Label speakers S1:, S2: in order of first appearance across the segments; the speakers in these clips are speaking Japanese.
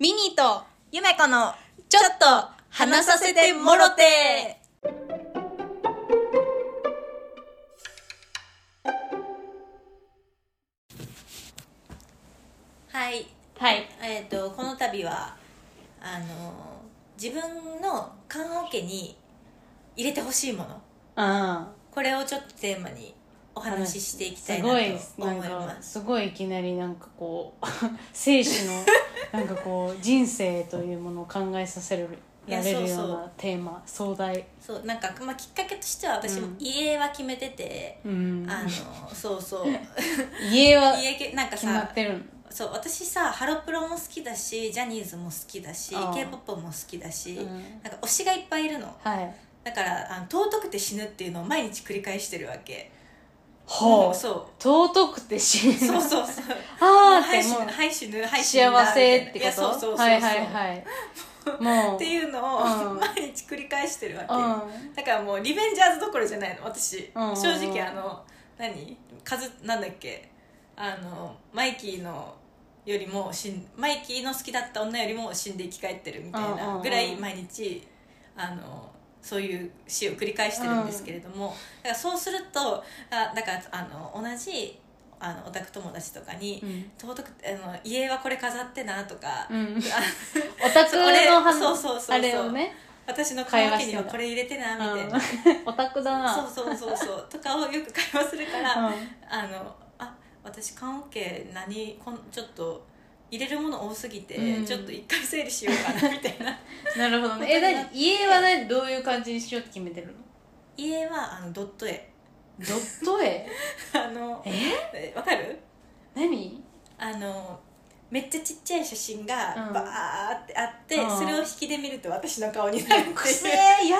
S1: ミニーと
S2: ゆめこの
S1: ちょっと話させてもろて
S2: はい
S1: はい
S2: えっ、とこの度はあの自分の棺桶に入れてほしいもの
S1: あ
S2: これをちょっとテーマにお話ししていきた
S1: す
S2: いな
S1: ごい
S2: と
S1: な
S2: 思
S1: ん
S2: い
S1: か
S2: ます
S1: すごいいきなりなんかこう 生 死のなんかこう人生というものを考えさせる
S2: い
S1: ら
S2: や
S1: れ
S2: そう
S1: るよう
S2: そう
S1: なテーマ壮大
S2: そうなんか、まあ、きっかけとしては私も
S1: うん
S2: 家は決めてて、
S1: うん
S2: あのそうそう
S1: 家は
S2: 家系なんか
S1: 決ま
S2: さ
S1: ってるの
S2: そう私さハロプロも好きだしジャニーズも好きだし
S1: ああ
S2: k p o p も好きだし、
S1: うん
S2: なんか推しがいっぱいいるの
S1: はい
S2: だからあの尊くて死ぬっていうのを毎日繰り返してるわけ
S1: ほう
S2: そ
S1: 尊くて死ぬ
S2: うそうそうそう
S1: ああっ
S2: はい
S1: て
S2: 死
S1: も
S2: ぬ
S1: う
S2: はい死ぬはい死ぬ
S1: 幸せって
S2: いやそうそ
S1: こ
S2: うそう
S1: と
S2: そう、
S1: はいはい はいもう
S2: っていうのを
S1: う ん
S2: 毎日繰り返してるわけ、
S1: う
S2: だからもうリベンジャーズどころじゃないの私、
S1: うん
S2: 正直あの何数なんだっけあのマイキーのよりも死んマイキーの好きだった女よりも死んで生き返ってるみたい
S1: うんうん
S2: な
S1: うん
S2: ぐらい毎日あのそういう死を繰り返してるんですけれども、だからそうするとあだからあの同じあのオタク友達とかに
S1: ん
S2: 「尊くあの家はこれ飾ってな」とか、
S1: うん
S2: あ
S1: オタクの話
S2: そうそうそうそう
S1: あれをね
S2: 私の髪
S1: 会
S2: の毛
S1: 話して
S2: に
S1: た
S2: はこれ入れてなみたいな。
S1: うんオタクだな
S2: そうそうそうそうとかをよく会話するから、
S1: うん
S2: あのあ私棺桶何こんちょっと入れるもの多すぎて、
S1: うん
S2: ちょっと一回整理しようか なみたいな
S1: なるほどねえ何家は何どういう感じにしようって決めてるの
S2: 家はあのドット絵
S1: ドット絵
S2: あの
S1: え
S2: えわかる
S1: 何
S2: あのめっちゃちっちゃい写真が
S1: うん
S2: バーってあって、
S1: うん
S2: それを引きで見ると私の顔になるっていう
S1: くせえや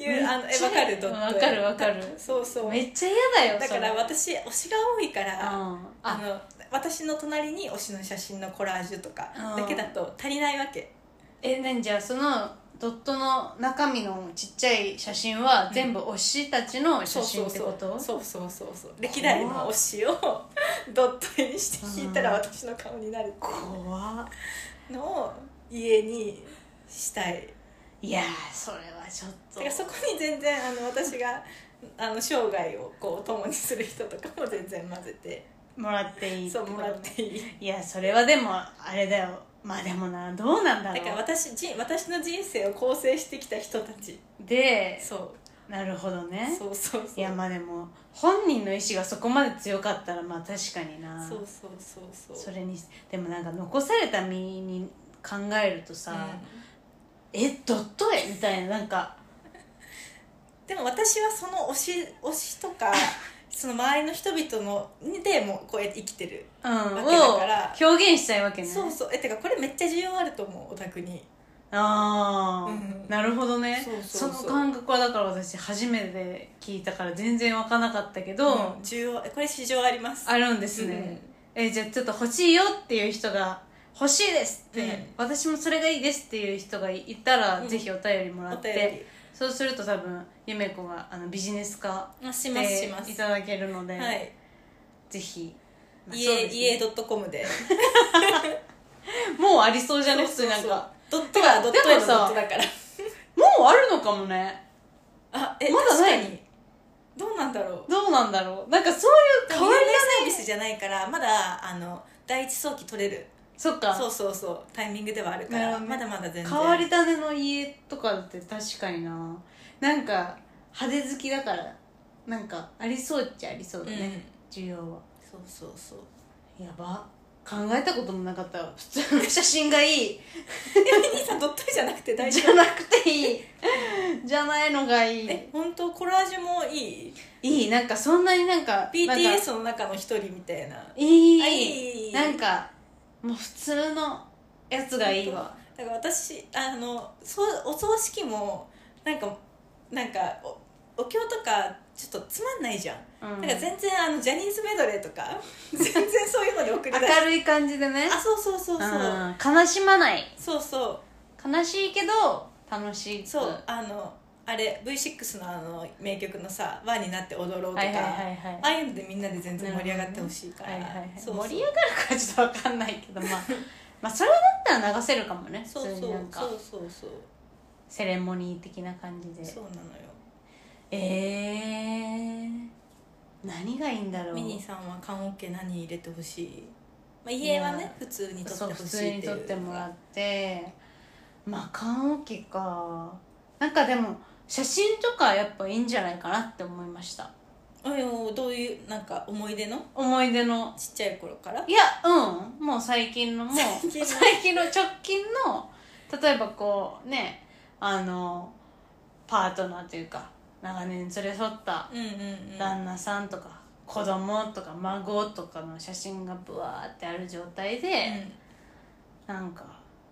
S2: いうあの
S1: めっ
S2: え
S1: ちゃ
S2: わかるドット絵
S1: わかるわかる
S2: そうそう
S1: だめっちゃ嫌だよ
S2: だから私推しが多いから、
S1: あ
S2: あ
S1: あ
S2: の私の隣に推しの写真のコラージュとか
S1: うん
S2: だけだと足りないわけ
S1: え何じゃあそのドットの中身のちっちゃい写真は全部推したちの写真ってこと、
S2: そうそうそうそう歴代の推しをドット絵にして引いたら
S1: うん
S2: 私の顔になる
S1: 怖っ
S2: のを家にしたい
S1: いやーそれはちょっと
S2: だからそこに全然あの私があの生涯をこう共にする人とかも全然混ぜて
S1: もらっていい
S2: そうもらっ
S1: い
S2: ていい
S1: いやそれはでもあれだよまあでもなどうなんだ
S2: だ
S1: ろう
S2: から私じ私の人生を構成してきた人たち
S1: で
S2: そ
S1: なるほど
S2: う
S1: ね
S2: そうそうそう
S1: いやまあでも本人の意志がそこまで強かったらまあ確かにな
S2: そうそうそうそう
S1: それにでもなんか残された身に考えるとさ、
S2: うん
S1: えドット絵みたいななんか
S2: でも私はその推し推しと かその周りの人々のにでもうこうやって生きてる、
S1: うん
S2: わけだ
S1: を
S2: から
S1: 表現したいわけね
S2: そうそうえてかこれめっちゃ需要あると思うオタクに
S1: あ
S2: う
S1: あ、
S2: ん
S1: なるほどね
S2: そうそうそう
S1: の感覚はだから私初めて聞いたから全然わかなかったけど、
S2: うん需要えこれ市場あります
S1: あるんですね、えじゃあちょっと欲しいよっていう人が欲しいですって、
S2: うん
S1: 私もそれがいいですっていう人がいたら、
S2: うん
S1: ぜひお便りも
S2: うん
S1: ら
S2: お
S1: って
S2: 便り
S1: そうすると多分ゆめ子があのビジネス化
S2: あしますし
S1: で
S2: ます
S1: いただけるので、
S2: はい
S1: ぜひ、まあそう
S2: 家
S1: ですね
S2: 家 .com で
S1: もうありそうじゃない普
S2: そ
S1: 通
S2: う
S1: になん
S2: そう
S1: か
S2: ドットがドッ
S1: でも
S2: トへのド
S1: さ
S2: ットだから
S1: もうあるのかもね
S2: あえ
S1: まだ
S2: 確
S1: な
S2: か
S1: い
S2: にどうなんだろう
S1: どうなんだろうなんかそういう変わり
S2: 有名サービスじゃないからまだあの第一早期取れる
S1: そっか
S2: そうそうそうタイミングではあるか
S1: なる
S2: ら
S1: ほど
S2: ま
S1: ね
S2: だまだ全然
S1: 変わり種の家とかだって確かにななんか派手好きだからなんかありそうっちゃありそうだね、需要は
S2: うん、そうそうそう
S1: やば考えたこともなかったわ普通の写真がいい
S2: 兄さんドット絵じゃなくて 大丈
S1: じゃなくていいじゃないのがい
S2: 夫
S1: い
S2: え本当コラージュもいい
S1: いいなんかそんなになんかなんか
S2: BTS の中の一人みたいない
S1: い
S2: あいい
S1: なんかもう普通のやつがいいわ
S2: だから私あのそうお葬式もなんかなんかおお経とかちょっとつまんないじゃん、
S1: うん
S2: だから全然あのジャニーズメドレーとか 全然そういうので送り出して
S1: 明るい感じでね
S2: あそうそうそうそう、
S1: うん悲しまない
S2: そうそう
S1: 悲しいけど楽しい
S2: そうあのあれ V6 のあの名曲のさ「輪になって踊ろう」とか、
S1: はいはいはいはい
S2: ああいうのでみんなで全然盛り上がってほしいから、
S1: はいはいはい、
S2: そうそう
S1: 盛り上がるかちょっとわかんないけどまあ まあそれだったら流せるかもね
S2: そうそう
S1: 普通
S2: そう
S1: になんか
S2: そうそう
S1: セレモニー的な感じで
S2: そうなのよ
S1: えー、何がいいんだろう
S2: ミニーさんは缶オケ何入れてほしい、まあ、家はね普通に撮って
S1: そう
S2: ほ
S1: 普
S2: し
S1: 通
S2: いっ
S1: に
S2: ていう
S1: 撮ってもらってまあ缶オケかなんかでも写真とかやっぱいいんじゃないかなって思いました
S2: あいやどういうなんか思い出の
S1: 思い出の
S2: ちっちゃい頃から
S1: いやうんもう最近のもう
S2: 最近の
S1: 最近の直近の例えばこうねあのパートナーというか長年連れ添った
S2: うんうんうん
S1: 旦那さんとか子供とか孫とかの写真がブワーってある状態で、なんか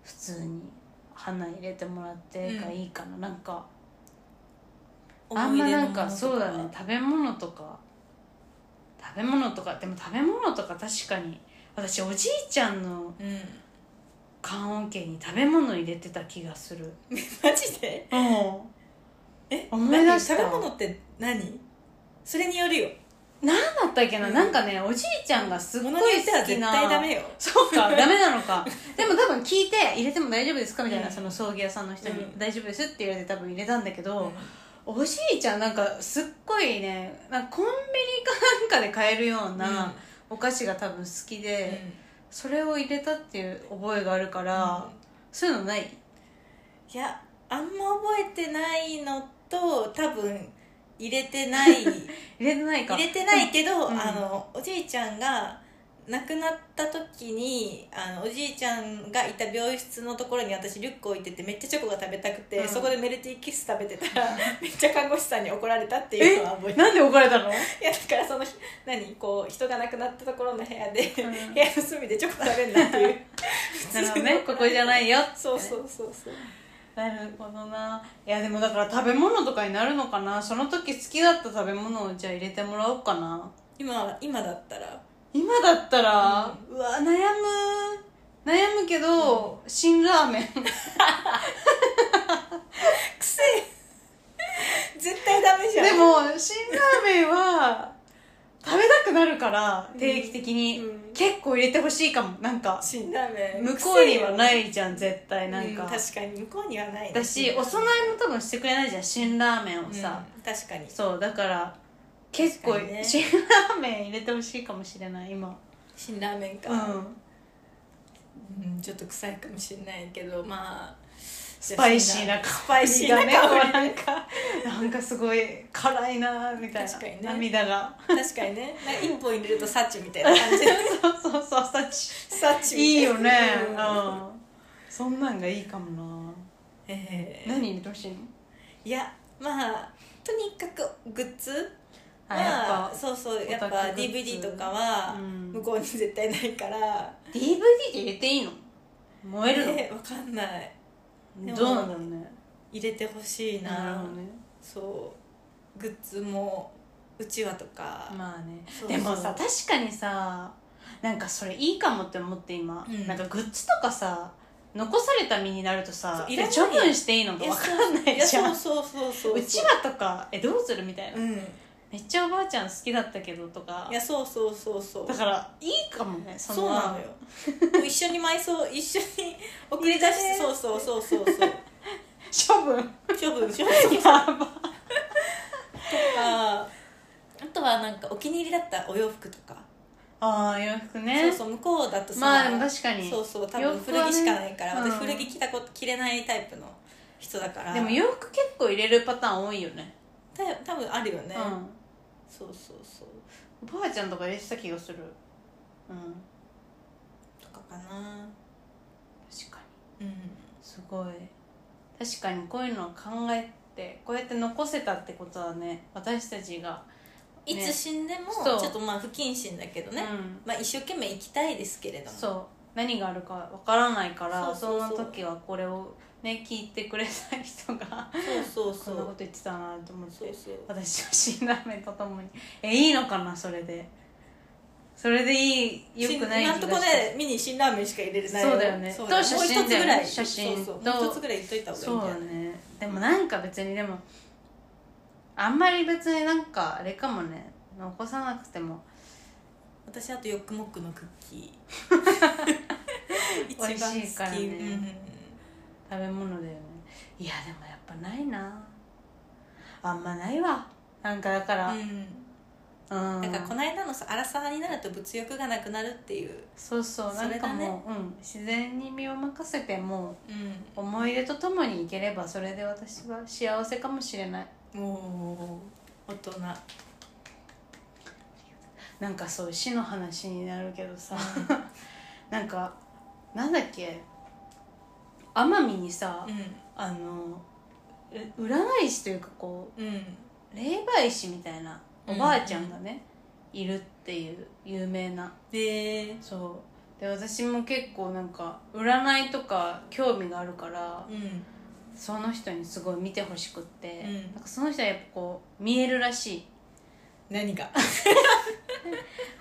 S1: 普通に花入れてもらってがいいかな、なんか
S2: うん、
S1: あんまなんか
S2: 思い出のものと
S1: そうだね食べ物とか食べ物とかでも食べ物とか確かに私おじいちゃんの
S2: うん
S1: 棺桶に食べ物入れてた気がする
S2: マジで
S1: うん
S2: え
S1: 思い出した
S2: 何食べ物って何それによるよ
S1: 何だったっけな、
S2: うん
S1: なんかねおじいちゃんがすっごい
S2: 物
S1: 好
S2: によっては
S1: き
S2: 絶
S1: な
S2: 対ダメよ
S1: そうか ダメなのかでも多分聞いて入れても大丈夫ですかみたいな、
S2: うん
S1: その葬儀屋さんの人に、
S2: うん
S1: 大丈夫ですって言われて多分入れたんだけど、
S2: うん
S1: おじいちゃんなんかすっごいねなんかコンビニかなんかで買えるよう
S2: うん
S1: なお菓子が多分好き
S2: うん
S1: で、それを入れたっていう覚えがあるから、そういうのない
S2: いやあんま覚えてないのと多分入れてない
S1: 入れてないか
S2: 入れてないけど、
S1: うん
S2: あのおじいちゃんが亡くなった時にあのおじいちゃんがいた病室のところに私リュック置いててめっちゃチョコが食べたくて、
S1: うん
S2: そこでメルティーキッス食べてた らめっちゃ看護師さんに怒られたっていうのは覚えてる
S1: なんで怒ら れたの
S2: いやだからその何こう人が亡くなったところの部屋で、
S1: ん
S2: 部屋の隅でチョコ食べんなっていう
S1: なるほどねここじゃないよ
S2: そうそうそうそう
S1: なるほどないやでもだから食べ物とかになるのかなその時好きだった食べ物をじゃあ入れてもらおうかな
S2: 今今だったら
S1: 今だったら、うわ悩む悩むけど、辛ラーメン
S2: くせえ絶対ダメじゃん
S1: でも辛ラーメンは食べたくなるから定期的に、
S2: うん
S1: 結構入れてほしいかもなんか
S2: 辛ラーメン
S1: 向こうにはないいじゃん絶対なんか、
S2: 確かに向こうにはないね
S1: だしお供えも多分してくれないじゃん辛ラーメンをさ、
S2: うん確かに
S1: そうだから結構
S2: 確かにね
S1: 辛ラーメン入れてほしいかもしれない今
S2: 辛ラーメン
S1: う
S2: か、
S1: ん
S2: うんちょっと臭いかもしれないけどまあス
S1: パイシーな香りがね
S2: スパイシーな香り
S1: なんかなんかすごい辛いなみたいな
S2: 確かにね
S1: 涙が
S2: 確かにねなんか一本入れるとサッチみたいな感じで
S1: そうそうそうさっき
S2: サッチみた
S1: いいよね
S2: う
S1: うんんそんなんがいいかも
S2: え
S1: な
S2: ー
S1: 何入れてほしいの
S2: いやまあとにかくグッズ
S1: あ
S2: ま
S1: や
S2: あ
S1: っ
S2: そうそうやっぱ
S1: オタクグッズ
S2: DVD とかは
S1: うん
S2: 向こうに絶対ないから、
S1: ぱ DVD で入れていいの燃えるの、
S2: えーわかんないでも
S1: どうなんだろうね
S2: 入れてほしいな
S1: なるほどね
S2: そうグッズもうちわとか、
S1: まあね
S2: そう
S1: でもさ
S2: そう
S1: 確かにさなんかそれいいかもって思って今、
S2: うん
S1: なんかグッズとかさ残された身になるとさ
S2: そうい
S1: え
S2: らない
S1: 処分していいのか
S2: いや
S1: 分かんないじゃん
S2: やそうそうそうそう
S1: うちわとかえどうするみたいな、
S2: うん
S1: めっちゃおばあちゃん好きだったけどとか
S2: いやそうそうそうそう
S1: だからいいかもねそ
S2: そうなのよもう一緒に埋 葬一緒に送り出し
S1: 入れ
S2: て
S1: て
S2: そうそうそう そうそう
S1: 処 分
S2: 処分 処分
S1: やば
S2: あとはなんかお気に入りだったお洋服とか、
S1: ああ洋服ね
S2: そうそう向こうだとさ
S1: まあでも確かに
S2: そうそう多
S1: 洋
S2: 分
S1: 服
S2: 古
S1: はね
S2: 着しかないから、
S1: うん
S2: 私古着着たこと着れないタイプの人だから
S1: でも洋服結構入れるパターン多いよね
S2: た多分あるよね、
S1: うん
S2: そうそうそう
S1: おばあちゃんとか入れてた気がするうん
S2: とかかな
S1: 確かに
S2: うん
S1: すごい確かにこういうのを考えてこうやって残せたってことはね私たちが
S2: いつ死んでも、
S1: そう
S2: ちょっとまあ不謹慎だけどね、
S1: うん
S2: まあ一生懸命生きたいですけれども
S1: そう何があるかわからないから
S2: そ
S1: そう
S2: そうそう
S1: の時はこれをね聞いてくれた人が
S2: そうそう
S1: こ
S2: そ
S1: んなこと
S2: う
S1: 言ってたなと思っ
S2: そう
S1: て
S2: そう
S1: 私は辛ラーメンとともにえいいのかなそれでそれでいいよくない
S2: しんんとこ
S1: して
S2: ねミニ辛ラーメンしか入れれない
S1: そうだよね
S2: よ
S1: と写真
S2: もう一つぐら
S1: だよ
S2: い
S1: ね写真
S2: そうそう
S1: と
S2: もう一つぐらい言っといた方がいい
S1: そ
S2: ん
S1: う
S2: じゃ
S1: だ
S2: ない
S1: ねでもなんか別にでもあんまり別になんかあれかもね残さなくても
S2: 私あとヨックモックのクッキー一
S1: 美味しいから
S2: 一番好
S1: ね
S2: きうんうんうん
S1: 食べ物だよねいやでもやっぱないなあんまないわなんかだからうん、
S2: うんなんかこの間のさ荒さになると物欲がなくなるっていう、
S1: そうそう
S2: そ
S1: な
S2: れ
S1: んか
S2: だ
S1: もう、
S2: ね
S1: うん、自然に身を任せて
S2: う
S1: もう思い出とともにいければそれで私は幸せかもしれない
S2: ん、おー大人
S1: なんかそう死の話になるけどさ なんかなんだっけ奄美にさ、
S2: う
S1: あのえ占い師というかこ
S2: んうん
S1: う霊媒師みたいなおばあちゃんがね、いるっていう有名な
S2: で
S1: そうで私も結構なんか占いとか興味があるから
S2: うん
S1: その人にすごい見てほしくって、
S2: うん
S1: なんかその人はやっぱこう見えるらしい
S2: 何が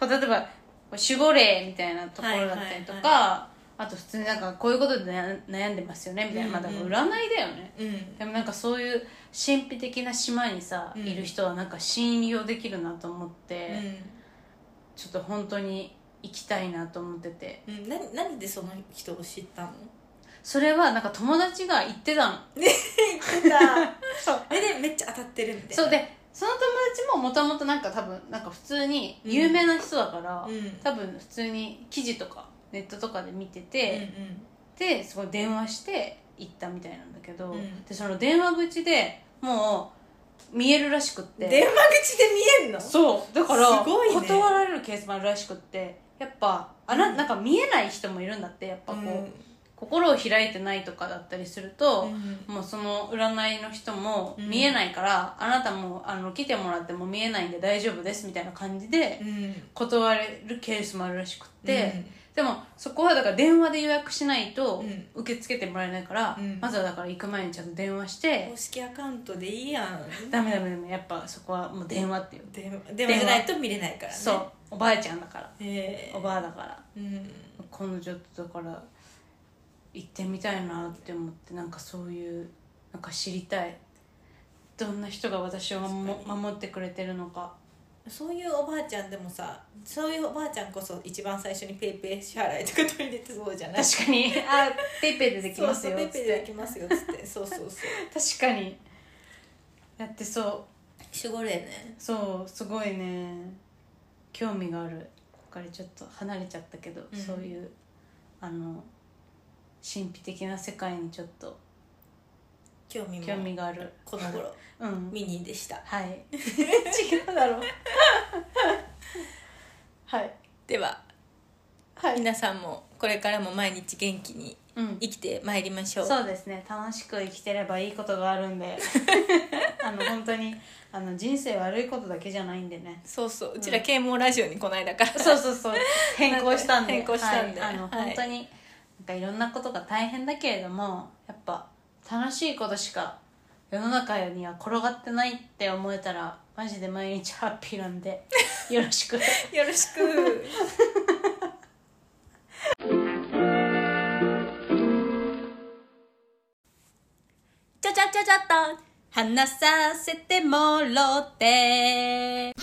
S1: こう例えばこう守護霊みたいなところだったりとか、
S2: はいはい
S1: あと普通になんかこういうことで悩悩んでますよねみたいな、まあだから
S2: うんうん
S1: 占いだよね
S2: うん
S1: でもなんかそういう神秘的な島にさ、
S2: うん
S1: いる人はなんか信用できるなと思って、
S2: う
S1: ちょっと本当に行きたいなと思ってて
S2: んうん、な何でその人を知ったの
S1: それはなんか友達が行ってたのそう
S2: えでめっちゃ当たってるみたいな
S1: そうでその友達ももともとなんか多分なんか普通に有名な人だから、
S2: うんうん
S1: 多分普通に記事とかネットとかで見て
S2: うん
S1: て、ですごい電話して行ったみたいなんだけど、
S2: うん
S1: でその電話口でもう見えるらしくっ
S2: うん
S1: て
S2: 電話口で見えんの
S1: そうだから
S2: すごいね
S1: 断られるケースもあるらしくってやっぱあな,、
S2: うん
S1: なんか見えない人もいるんだってやっぱこう、心を開いてないとかだったりすると、もうその占いの人も
S2: うん
S1: 見えないから、あなたもあの来てもらっても見えないんで大丈夫ですみたいな感じで
S2: うんうん、
S1: 断れるケースもあるらしくって、でもそこはだから電話で予約しないと
S2: うん
S1: 受け付けてもらえないから、
S2: うん
S1: まずはだから行く前にちゃんと電話して
S2: 公、式アカウントでいいやん
S1: ダメダメダメやっぱそこはもう電話っていう、
S2: 電話電話じゃないと見れないからね
S1: そうおばあちゃんだから
S2: え
S1: おばあだから
S2: ーうん、
S1: 今度ちょっとだから行ってみたいなって思ってなんかそういうなんか知りたいどんな人が私をも
S2: 確かに
S1: 守ってくれてるのか
S2: そういうおばあちゃんでもさそういうおばあちゃんこそ一番最初にペイペイ支払いとか取り入れてそうじゃない
S1: 確かにあペイペイでできますよ
S2: そうそう
S1: っ
S2: ペ
S1: つ
S2: イペイ
S1: っ
S2: でで
S1: て
S2: きますよっつってそうそうそう
S1: 確かにやってそう
S2: 守護霊ね
S1: そうすごいね興味があるこれちょっと離れちゃったけど、
S2: うん
S1: そういうあの神秘的な世界にちょっと
S2: 興味も
S1: 興味がある、
S2: この頃
S1: うん
S2: ミニーでした
S1: はい 違うだろう はい
S2: では、
S1: はい
S2: 皆さんもこれからも毎日元気に
S1: うん
S2: 生きてまいりましょう
S1: そうですね楽しく生きてればいいことがあるん であの本当にあの人生悪いことだけじゃないんでね
S2: そうそううちら啓蒙ラジオにこの間から
S1: そうそ うそう変更したんで
S2: 変更したんで
S1: はいあの、
S2: はい
S1: 本当になんかいろんなことが大変だけれどもやっぱ楽しいことしか世の中には転がってないって思えたらマジで毎日ハッピーなんでよ ろしく
S2: よろしくちゃちゃちゃちゃっと話させてもろって